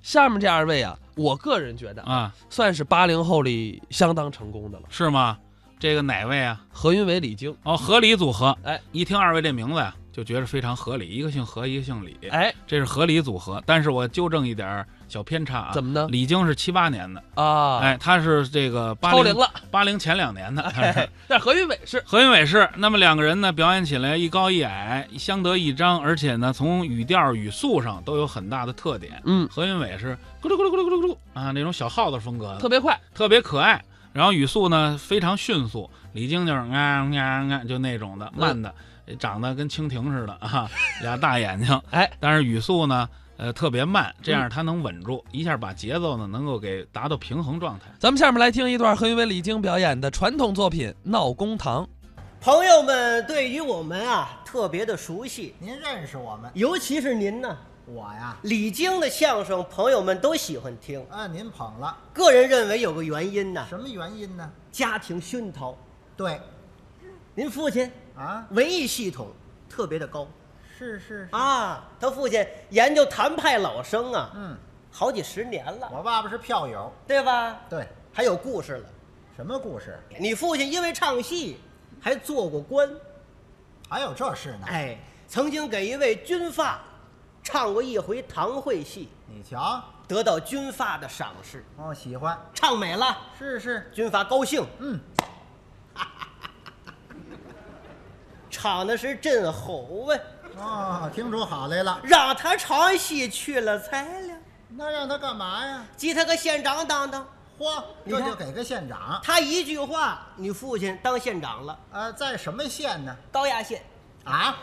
下面这二位啊，我个人觉得啊，算是八零后里相当成功的了。是吗？这个哪位啊？何云伟、李菁，哦，何理组合。嗯哎，一听二位这名字呀，就觉得非常合理，一个姓何，一个姓李，哎，这是合理组合。但是我纠正一点儿小偏差啊，怎么呢？李菁是七八年的，啊，，哎，他是这个八超龄零了。 八零前两年的。哎，但是何云伟是何云伟是，那么两个人呢，表演起来一高一矮，相得益彰，而且呢，从语调、语速上都有很大的特点。嗯，何云伟是咕噜咕噜咕噜咕噜咕噜啊，那种小耗子风格，特别快，特别可爱，然后语速呢非常迅速。李菁就是啊啊啊，就那种的慢的，长得跟蜻蜓似的啊，俩大眼睛，哎，但是语速呢，呃，特别慢，这样他能稳住，一下把节奏呢能够给达到平衡状态。咱们下面来听一段何云伟、李菁表演的传统作品《闹公堂》。朋友们对于我们啊特别的熟悉，您认识我们？尤其是您呢，我呀，李菁的相声朋友们都喜欢听。啊，您捧了，个人认为有个原因呢，什么原因呢？家庭熏陶。对，您父亲啊，文艺系统特别的高是是，是啊，他父亲研究谭派老生啊，嗯，好几十年了，我爸爸是票友，对吧？对，还有故事了。什么故事？你父亲因为唱戏还做过官，还有这事呢？，哎，曾经给一位军阀唱过一回堂会戏，你瞧，得到军阀的赏识，哦，喜欢，唱美了，是是，军阀高兴，嗯， 唱的是真好啊，哦，听出好来了，让他唱戏去了才了，那让他干嘛呀？给他个县长当当。嚯，你这看就给个县长，他一句话，你父亲当县长了，呃，在什么县呢？高压县，啊，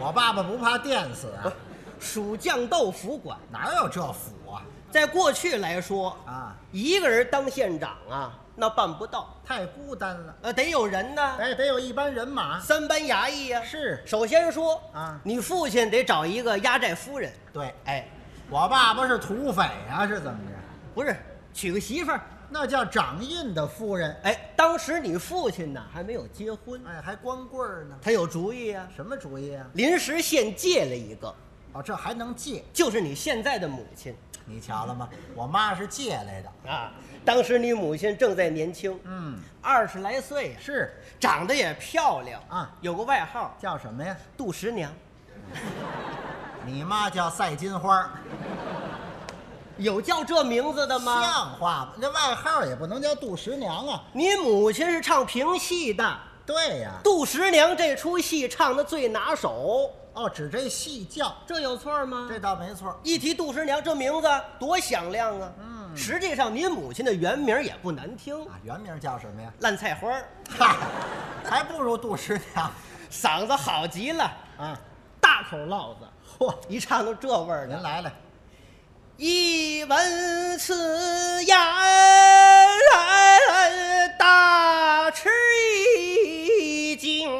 我爸爸不怕电死啊？蜀将豆腐馆。哪有这府啊？在过去来说，啊，一个人当县长啊，那办不到，太孤单了，呃，得有人呢，哎，得有一班人马。三班衙役呀、是首先说啊你父亲得找一个压寨夫人，对，哎，我爸爸是土匪啊，是怎么着？不是娶个媳妇儿，那叫掌印的夫人，哎，当时你父亲呢还没有结婚，哎，还光棍儿呢？他有主意啊，什么主意啊？临时现借了一个，哦，这还能借？就是你现在的母亲你瞧了吗？我妈是借来的。啊，当时你母亲正在年轻，嗯，二十来岁呀、是长得也漂亮啊有个外号叫什么呀？杜十娘，你妈叫赛金花儿，有叫这名字的吗？像话吗？这外号也不能叫杜十娘啊。你母亲是唱评戏的，对呀、杜十娘这出戏唱的最拿手，哦，指这戏叫，这有错吗？这倒没错。一提杜十娘这名字多响亮啊！嗯，实际上您母亲的原名也不难听，啊，原名叫什么呀？烂菜花儿，嗨，还不如杜十娘嗓子好极了，啊。大口烙子，嚯，一唱都这味儿您的。来了，一闻此言，然大吃一惊。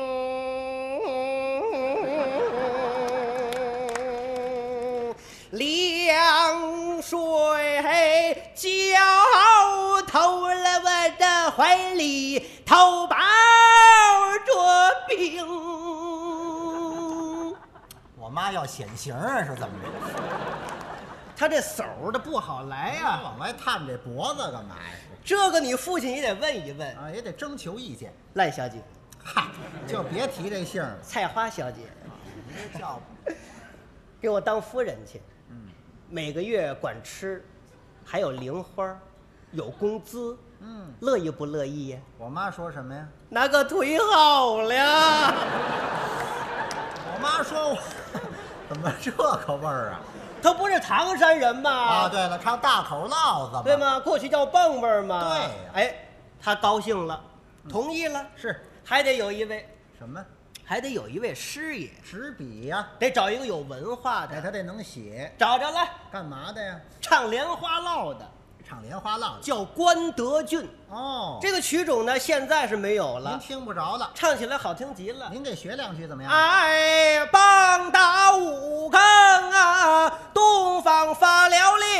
凉水浇透了我的怀里，头抱着冰。我妈要显形啊，是怎么着？ 他这手儿的不好来哎呀、呀，往外探这脖子干嘛呀？这个你父亲也得问一问， 啊，也得征求意见。赖小姐、 嗨，就别提这姓儿了，菜花小姐，这叫给我当夫人去。嗯每个月管吃，还有零花儿，有工资。嗯，乐意不乐意呀？我妈说什么呀？那个腿好 了，我妈说我 怎么这个味儿啊？他不是唐山人吗？啊，对了，唱大口烙子嘛，对？吗？过去叫蹦蹦嘛。对呀嗯哎，他高兴了，同意了，是还得有一位，什么还得有一位师爷，纸笔呀、得找一个有文化哎，的，他得能写，找着了。干嘛的呀？唱莲花落的唱莲花烙子。叫关德俊，哦，这个曲种呢现在是没有您了，听不着了，唱起来好听极了。您给学两句怎么样？哎，棒打五更啊，东方发了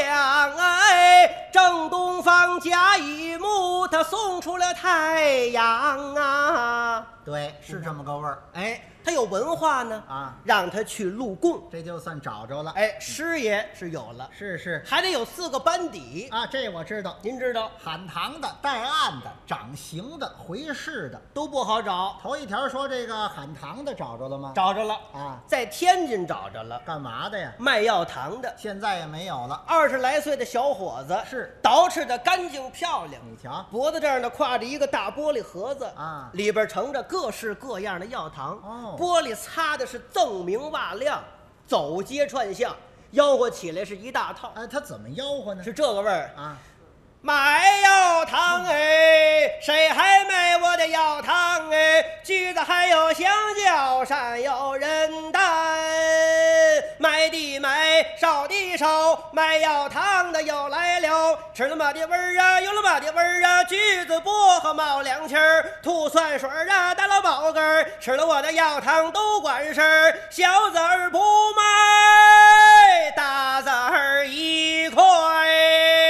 亮哎，正东方甲乙木，它送出了太阳啊。对，是这么个味儿哎，他有文化呢啊，让他去录贡，这就算找着了。，哎，师爷是有了，是是还得有四个班底。啊，这我知道。您知道喊堂的、带案的、掌刑的、回事的，都不好找，头一条说这个喊堂的找着了吗？找着了啊，在天津找着了干嘛的呀？卖药糖的，现在也没有了。二十来岁的小伙子，是捯饬的干净漂亮，你瞧，脖子这儿呢挎着一个大玻璃盒子啊里边盛着各式各样的药糖，哦玻璃擦的是锃明瓦亮，走街串巷，吆喝起来是一大套，哎，他怎么吆喝呢？是这个味儿。啊，买药糖哎，谁还买我的药糖哎？橘子还有香蕉，山有人担。买的买，少的少，卖药糖的又来了。吃了嘛的味儿啊，有了嘛的味儿啊，橘子、薄荷、冒凉气儿，吐酸水儿啊，打了饱嗝儿。吃了我的药糖都管事儿，小子儿不卖，大子儿一块。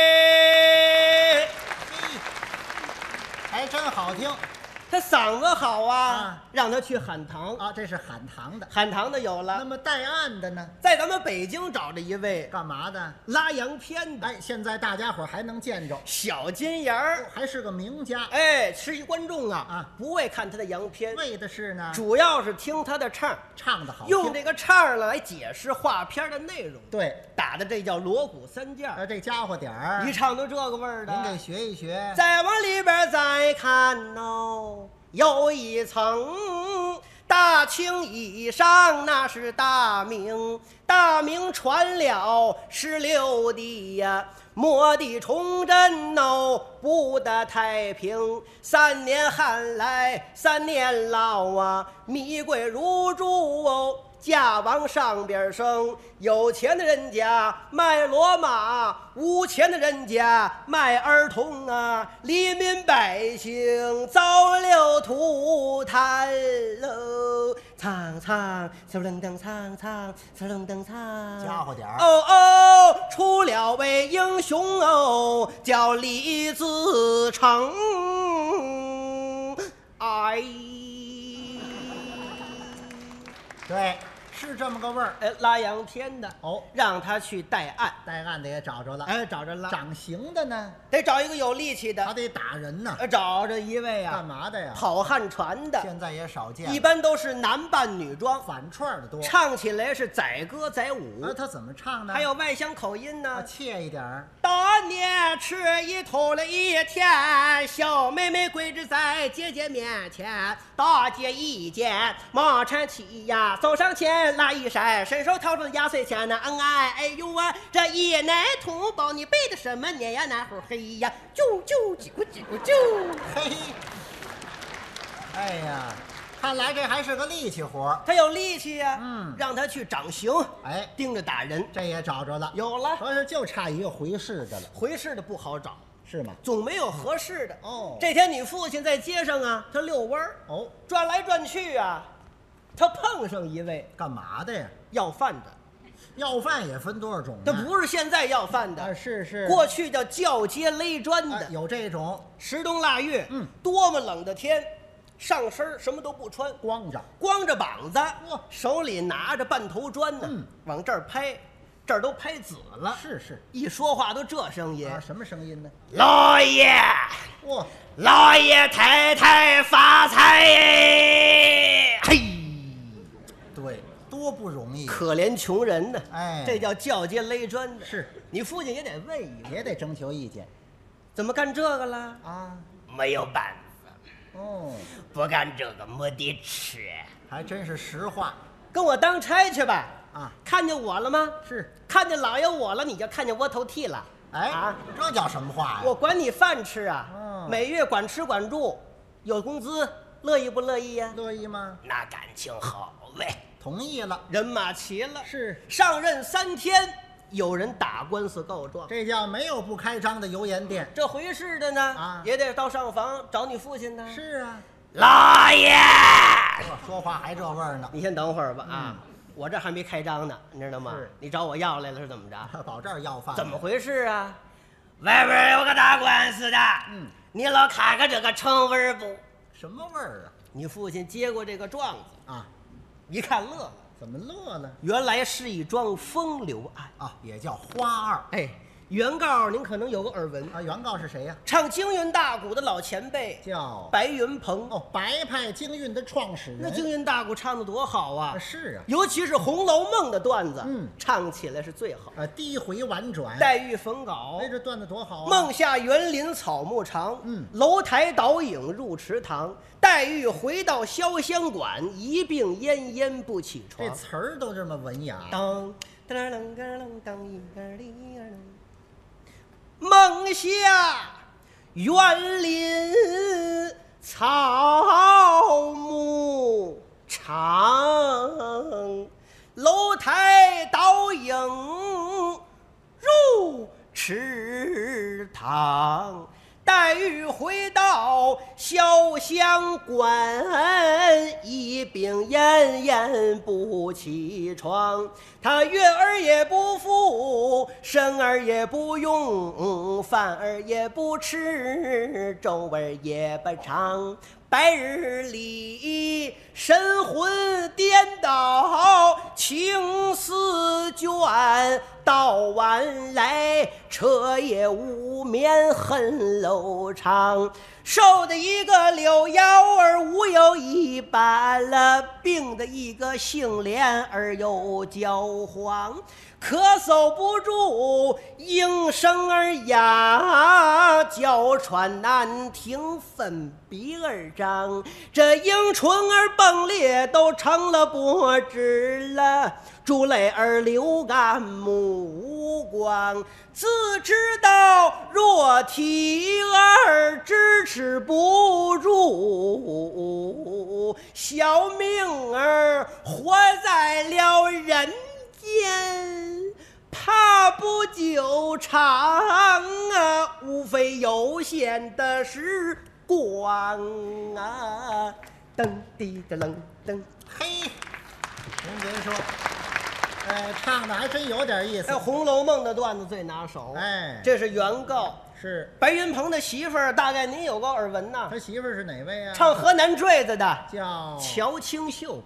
哎还真好听他嗓子好啊，啊让他去喊堂，啊！这是喊堂的。喊堂的有那了。么带案的呢？在咱们北京找着一位干嘛的？拉洋片的哎，现在大家伙儿还能见着，小金牙儿，还是个名家。哎，吃一观众啊，哦啊不为看他的洋片，为的是呢，主要是听他的唱，唱的好听。用这个唱儿来解释画片的内容，对，打的这叫锣鼓三件儿，呃，这家伙点儿一，唱都这个味儿您给的。学一学。再往里边再看哦，有一层大清以上那是大明，大明传了十六帝呀、末帝崇祯哦，不得太平。三年旱来三年涝啊，米贵如珠哦。价往上边升，有钱的人家卖骡马，无钱的人家卖儿童啊，黎民百姓遭了涂炭喽。苍苍，呲楞噔苍苍，呲楞噔苍。家伙点儿哦哦，出了位英雄哦，叫李自成。哎。对，是这么个味儿。哎，拉洋片的哦让他去带案，带案的也找着了。哎，找着了，掌刑的呢，得找一个有力气他的，得打人呢。呃找着一位干啊，嘛的呀？跑旱船的，现在也少见了。一般都是男扮女装，反串儿的多。唱起来是载歌载舞而，他怎么唱呢？还有外乡口音啊，呢。切一点儿。当年吃一头了一天，小妹妹跪着在姐姐面前，大姐一见忙搀起呀，走上前拉一扇，伸手掏出压岁钱呐，嗯哎哎呦啊，这一奶同胞你背的什么年呀，那会儿嘿呀，啾啾啾啾啾，嘿，哎呀，看来这还是个力气活儿。他有力气呀、嗯让他去掌刑，哎，盯着打人，这也找着了。有了合适就差一个回事的了，回事的不好找，是吗？总没有合适的。哦这天你父亲在街上啊，他遛弯儿。哦，转来转去啊，他碰上一位干嘛的呀？要饭的，要饭也分多少种他呢？不是现在要饭啊，的，是是。过去叫叫街勒砖哎的。有这种十冬腊月，嗯，多么冷的天，上身儿什么都不穿，光着，光着膀子哇，手里拿着半头砖呢，嗯往这儿拍，这儿都拍紫了，是是一说话都这声音。啊，什么声音呢？老爷，哇，老爷太太发财耶！嘿。嗯对，多不容易，可怜穷人呢，哎这叫叫街勒砖的。是，你父亲也得问一问，也得征求意见怎么干这个了？啊。没有办法，哦，不干这个没得吃。还真是实话跟我当差去吧。啊。看见我了吗？是，看见老爷我了，你就看见窝头剃了。哎，啊，这叫什么话呀？我管你饭吃啊，嗯每月管吃管住，有工资，乐意不乐意呀、乐意吗？那感情好嘞，同意了，人马齐了。是，上任三天，有人打官司告状。这叫没有不开张的油盐店。这回事的呢，啊也得到上房找你父亲呢。是啊，老爷，这哦说话还这味儿呢， 你先等会儿吧啊，我这还没开张呢，你知道吗嗯是？啊你找我要来了是怎么着？跑这儿要饭，怎么？回事啊？外边有个打官司的，嗯，你老看看这个成文不？什么味儿啊？你父亲接过这个状子，啊，一看乐了，怎么乐了？原来是一桩风流案。啊，也叫花二哎，原告您可能有个耳闻，啊。原告是谁呀、唱京韵大鼓的老前辈叫白云鹏。哦，白派京韵的创始人。那京韵大鼓唱的多好啊啊！是啊，尤其是《红楼梦》的段子，嗯唱起来是最好。啊，低回婉转。黛玉逢稿哎，，这段子多好啊！梦下园林草木长，嗯楼台倒影入池塘。黛玉回到潇湘馆，一病恹恹不起床这。词儿都这么文雅。当当啷当啷当一个里儿啷梦下园林草木长，楼台倒影入池塘。黛玉回到潇湘馆，一病恹恹不起床。她月儿也不复，生儿也不用，饭儿也不吃，粥儿也不尝。白日里神魂颠倒，情思倦，到晚来彻夜无眠，恨楼长。瘦的一个柳腰儿无有一把了，病的一个杏脸儿又焦黄，咳嗽不住，应声而哑，娇喘难停，粉鼻而张，这樱唇儿迸裂都成了薄纸了，珠泪儿流干目无光，自知道若提儿咫尺不入，小命儿活在了人间。怕不久长啊，无非有限的时光啊。噔滴的噔噔，嘿，您别说，呃，唱的还真有点意思。那《哎红楼梦》的段子最拿手。哎这是原告是白云鹏的媳妇儿，大概您有个耳闻呐他，媳妇儿是哪位啊？唱河南坠子的叫。乔清秀，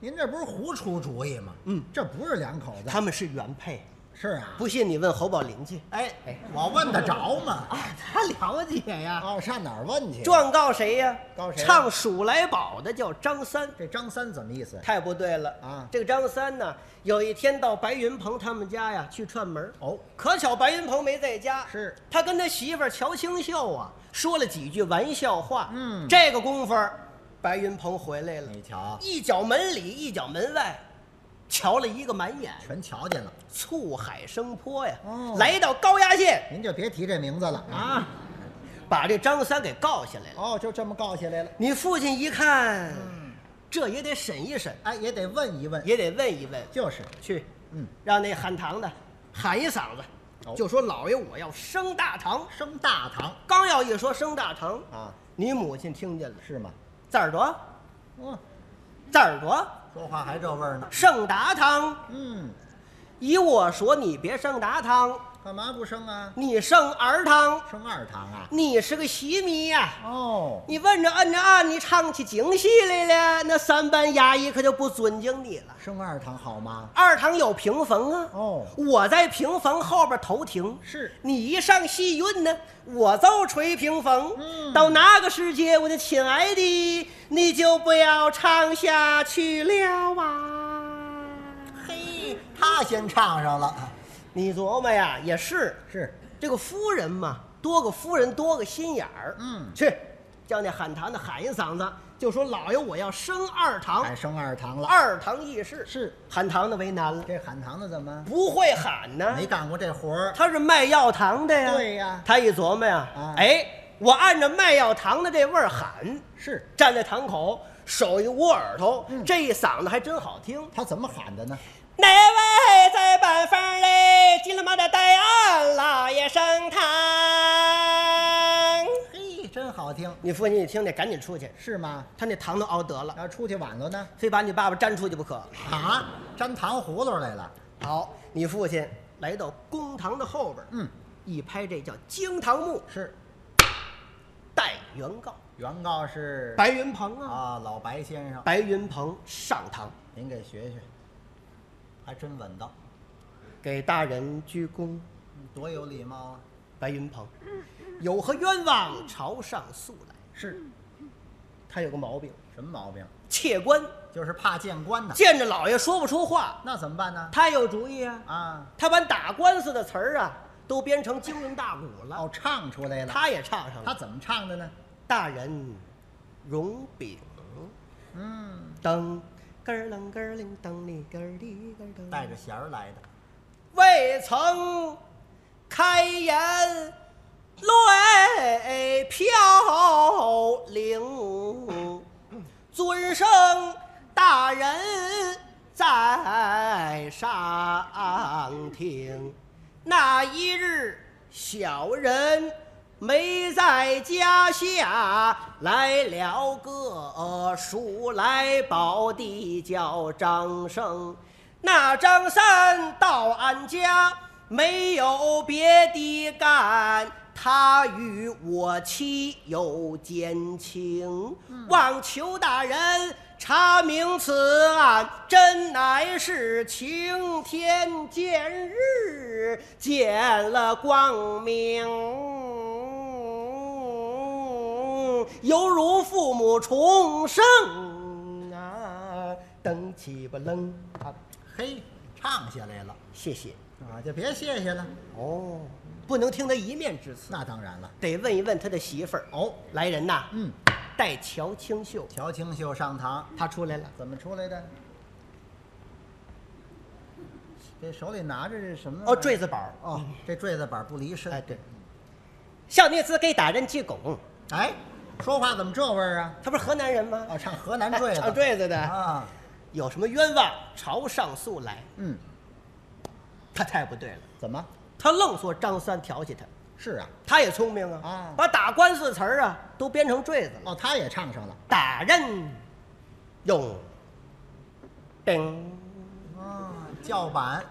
您这不是胡出主意吗？嗯，这不是两口子。他们是原配。是啊，不信你问侯宝林去，哎，我问得着吗？啊他了解呀。哦，上哪儿问去？状告谁呀？告谁呀唱《鼠来宝》的叫张三。这张三怎么意思？太不对了啊这个张三呢，有一天到白云鹏他们家呀去串门儿哦，可巧白云鹏没在家，是他跟他媳妇儿乔清秀啊说了几句玩笑话。嗯这个功夫儿，白云鹏回来了，你瞧，一脚门里，一脚门外，瞧了一个满眼，全瞧见了。醋海生坡呀，哦来到高压线您就别提这名字了啊！啊，把这张三给告下来了。哦，就这么告下来了。你父亲一看，这也得审一审，嗯哎，也得问一问。也得问一问，就是，去。嗯，让那喊堂的喊一嗓子，哦就说老爷我要升大堂。升大堂刚要一说升大堂，啊，你母亲听见了，是吗？字儿多，嗯，字儿多，说话还这味儿呢。升大堂。嗯，依我说，你别升大堂，干嘛不升啊？你升儿堂，升二堂啊？你是个习迷呀、哦，你问着摁着按，你唱起京戏来了，那三班衙役可就不尊敬你了。升二堂好吗？二堂有平房啊，哦我在平房后边头停，是你一上戏韵呢，我奏吹平房。嗯到那个世界，我的亲爱的，你就不要唱下去了啊！嘿，他先唱上了。你琢磨呀，也是是，这个夫人嘛，多个夫人多个心眼儿。嗯去叫那喊堂的喊一嗓子，就说老爷我要升二堂，还升二堂了。二堂议事。是，喊堂的为难了，这喊堂的怎么不会喊呢，没干过这活儿？他是卖药糖的呀。对呀他一琢磨呀啊，哎，我按着卖药糖的这味儿喊，是，站在堂口，手一捂耳朵，嗯这一嗓子还真好听。他怎么喊的呢？哪位在板房嘞？急了忙的带俺老爷升堂。嘿，真好听，你父亲一听这，赶紧出去，是吗？他那糖都熬得了，要出去晚了呢？非把你爸爸粘出去不可。啊，粘糖葫芦来了。好，你父亲来到公堂的后边，嗯，一拍这叫惊堂木，是，带原告。原告是白云鹏啊，啊，老白先生，白云鹏上堂您给学学，还真稳当，给大人鞠躬。多有礼貌啊！白云鹏，有何冤枉，朝上诉来。是他有个毛病，什么毛病？怯官，就是怕见官呐。见着老爷说不出话。那怎么办呢？他有主意啊，啊，他把打官司的词儿啊都编成京韵大鼓了，哦，唱出来了。他也唱上他了。怎么唱的呢？大人容禀，嗯，噔咯儿楞咯儿铃，噔里咯儿里咯儿噔。带着弦儿来的。未曾开言，泪飘零。尊生大人在上庭，那一日小人没在家下，来了个数来宝的叫张生。那张三到俺家没有别的干，他与我妻有奸情，望求大人查明此案，真乃是晴天见日，见了光明，犹如父母重生啊！噔起吧楞啊！嘿，唱下来了谢谢。啊，就别谢谢了。哦，不能听他一面之词，那当然了。得问一问他的媳妇儿。哦，来人呐，嗯，带乔清秀，乔清秀上堂，他出来了。怎么出来的？这手里拿着这什么？哦，坠。子宝，哦，这坠子板不离身。哎对，小女子给大人鞠躬。哎，说话怎么这味儿啊？他不是河南人吗？哦，唱河南坠子。唱坠子的，啊，有什么冤枉，朝上诉来。嗯，他太不对了，怎么？他愣说张三调戏他，是啊，他也聪明啊，啊把打官司词儿啊都编成坠子了。哦，他也唱上了。打人用兵。啊，叫板。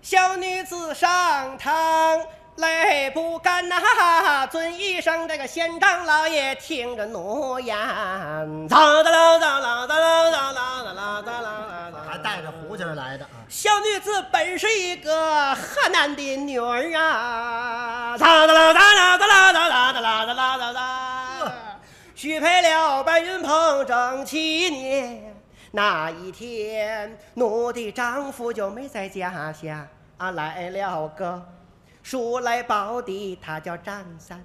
小女子上堂，泪不干呐、尊一声这个县长老爷听着怒言，哒哒啦哒啦哒啦哒啦哒啦哒啦哒还带着胡琴儿来的啊！小女子本是一个河南的女儿啊，哒哒啦哒啦哒啦哒啦哒啦哒啦哒啦，许配了白云鹏整七年。那一天，奴的丈夫就没在家下，啊，来了个数来宝的，他叫张三。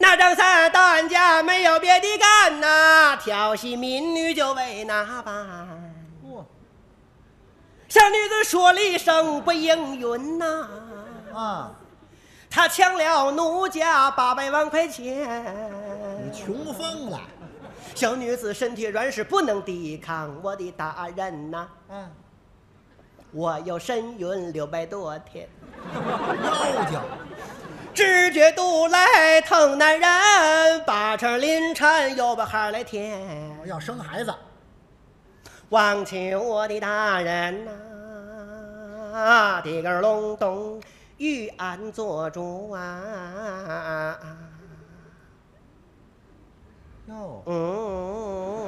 那张三到俺家没有别的干呐，调戏民女就为那般。嚯、小女子说了一声不应允呐、啊，她抢了奴家八百万块钱。你穷疯了！小女子身体软是不能抵抗我的大人呐、啊，我有身孕六百多天，妖精！知觉肚来疼难忍，八成临产又把孩儿来添。要生孩子，望求我的大人呐、啊，的个隆咚，玉案做主啊！哟，嗯，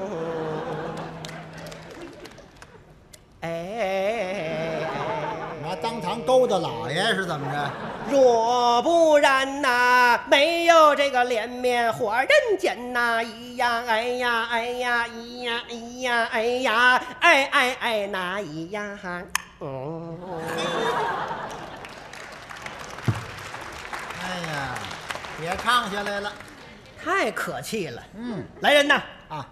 哎，拿当堂勾搭老爷是怎么着？若不然呐、没有这个脸面活人间呐、咿呀哎呀哎呀咿呀咿呀哎呀哎哎哎那咿呀哈，嗯。哎呀，也唱下来了。太可气了！嗯，来人呐，啊，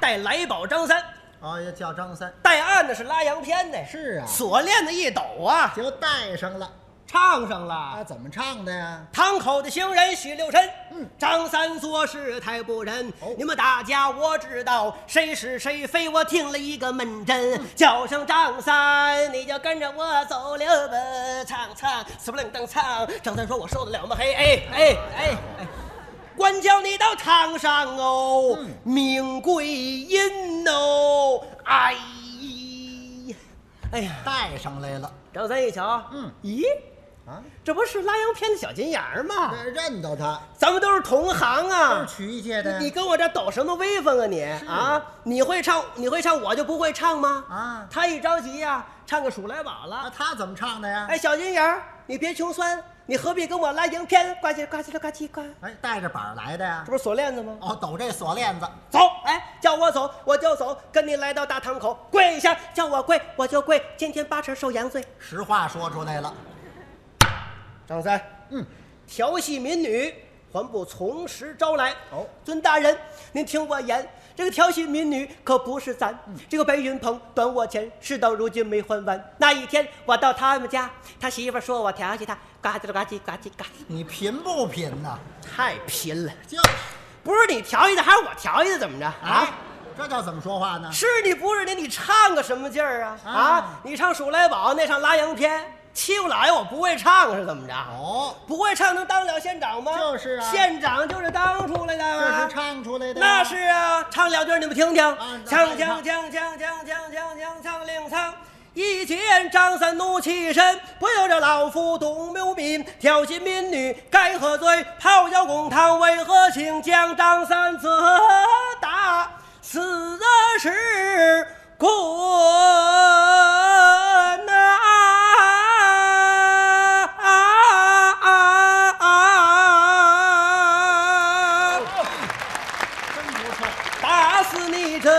带来宝张三，哦，要叫张三，带案子是拉洋片的，是啊锁链子一抖啊，就带上了。唱上啊，了。怎么唱的呀？堂口的行人许六臣，嗯张三做事太不仁。哦你们大家我知道谁是谁非，我听了一个门嗯针，叫声张三，你就跟着我走了吧，唱唱，死不愣登唱。张三说：“我受得了吗？”嘿，哎哎哎哎，官叫你到堂上哦，嗯命归阴哦，哎，哎呀，带上来了。张三一瞧，嗯，咦，啊，这不是拉洋片的小金牙儿吗？这认得他，咱们都是同行都啊是！曲艺界的你呀。跟我这抖什么威风啊你啊！你会唱，你会唱，我就不会唱吗？啊他一着急呀、唱个数来宝那了。啊他怎么唱的呀哎，？小金牙儿，你别穷酸，你何必跟我拉洋片？呱唧呱唧了呱唧呱，哎，带着板儿来的呀这。不是锁链子吗？哦，抖这锁链子，走，哎，叫我走我就走，跟你来到大堂口跪下，叫我跪我就跪，今天八成受洋罪。实话说出来了。张三，嗯，调戏民女，还不从实招来。哦尊大人，您听我言，这个调戏民女可不是咱，嗯这个白云鹏短我钱，事到如今没还完。那一天我到他们家，他媳妇说我调戏他，呱唧了呱唧呱唧呱唧，你贫不贫呐？太贫了。就是不是你调戏的，还是我调戏的？怎么着啊啊？，这叫怎么说话呢？是你不是你，你唱个什么劲儿啊？啊啊，你唱《数来宝》，那唱拉洋片，欺负老爷我不会唱是怎么着？哦，不会唱能当了县长吗？就是啊县长就是当出来的啊。这是唱出来的呀。那是啊，唱两句你们听听。锵那锵唱锵锵锵锵锵锵锵令唱。一见张三怒气深，不由这老夫董留民挑衅民女该何罪？炮摇公堂为何请？将张三责打，死的是官呐、真不错。打死你这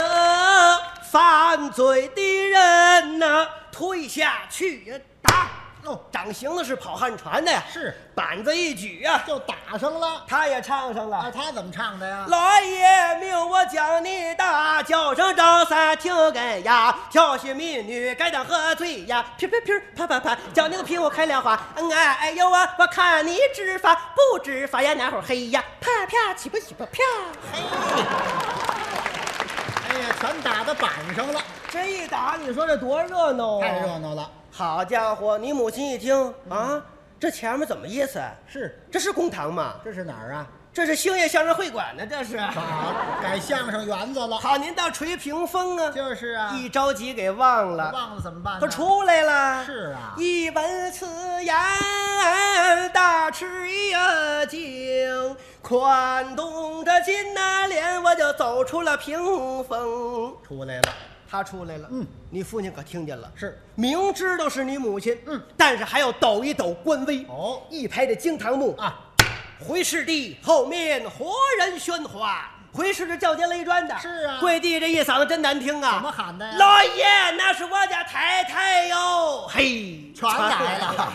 犯罪的人呐、推下去呀，打！哦，掌刑的是跑旱船的呀，是板子一举呀、就打上了。他也唱上啊，了。他怎么唱的呀？老爷命我将你打，叫声张三听根呀，调戏民女该当何罪呀？皮皮皮，啪啪啪，叫你个屁股开两花。嗯哎哎呦啊，我看你执法不执法呀，哪会儿黑呀？啪啪，起不起不啪。哎呀，全打到板上了，这一打，你说这多热闹啊！太热闹了。好家伙，你母亲一听嗯啊，这前面怎么意思？啊是，这是公堂吗？这是哪儿啊？这是兴业相声会馆呢，这是。好，改相声园子了。啊好，您倒吹屏风啊，就是啊，一着急给忘了，忘了怎么办呢？都出来了。是啊一闻此言，大吃一惊，款动着金呐脸，我就走出了屏风。出来了，他出来了，嗯，你父亲可听见了，是明知道是你母亲，嗯，但是还要抖一抖官威，哦一拍这惊堂木，啊，回师弟后面活人喧哗，回师是叫街勒砖的，是啊跪地这一嗓子真难听啊，怎么喊的呀老爷，那是我家太太哟，嘿，全来了。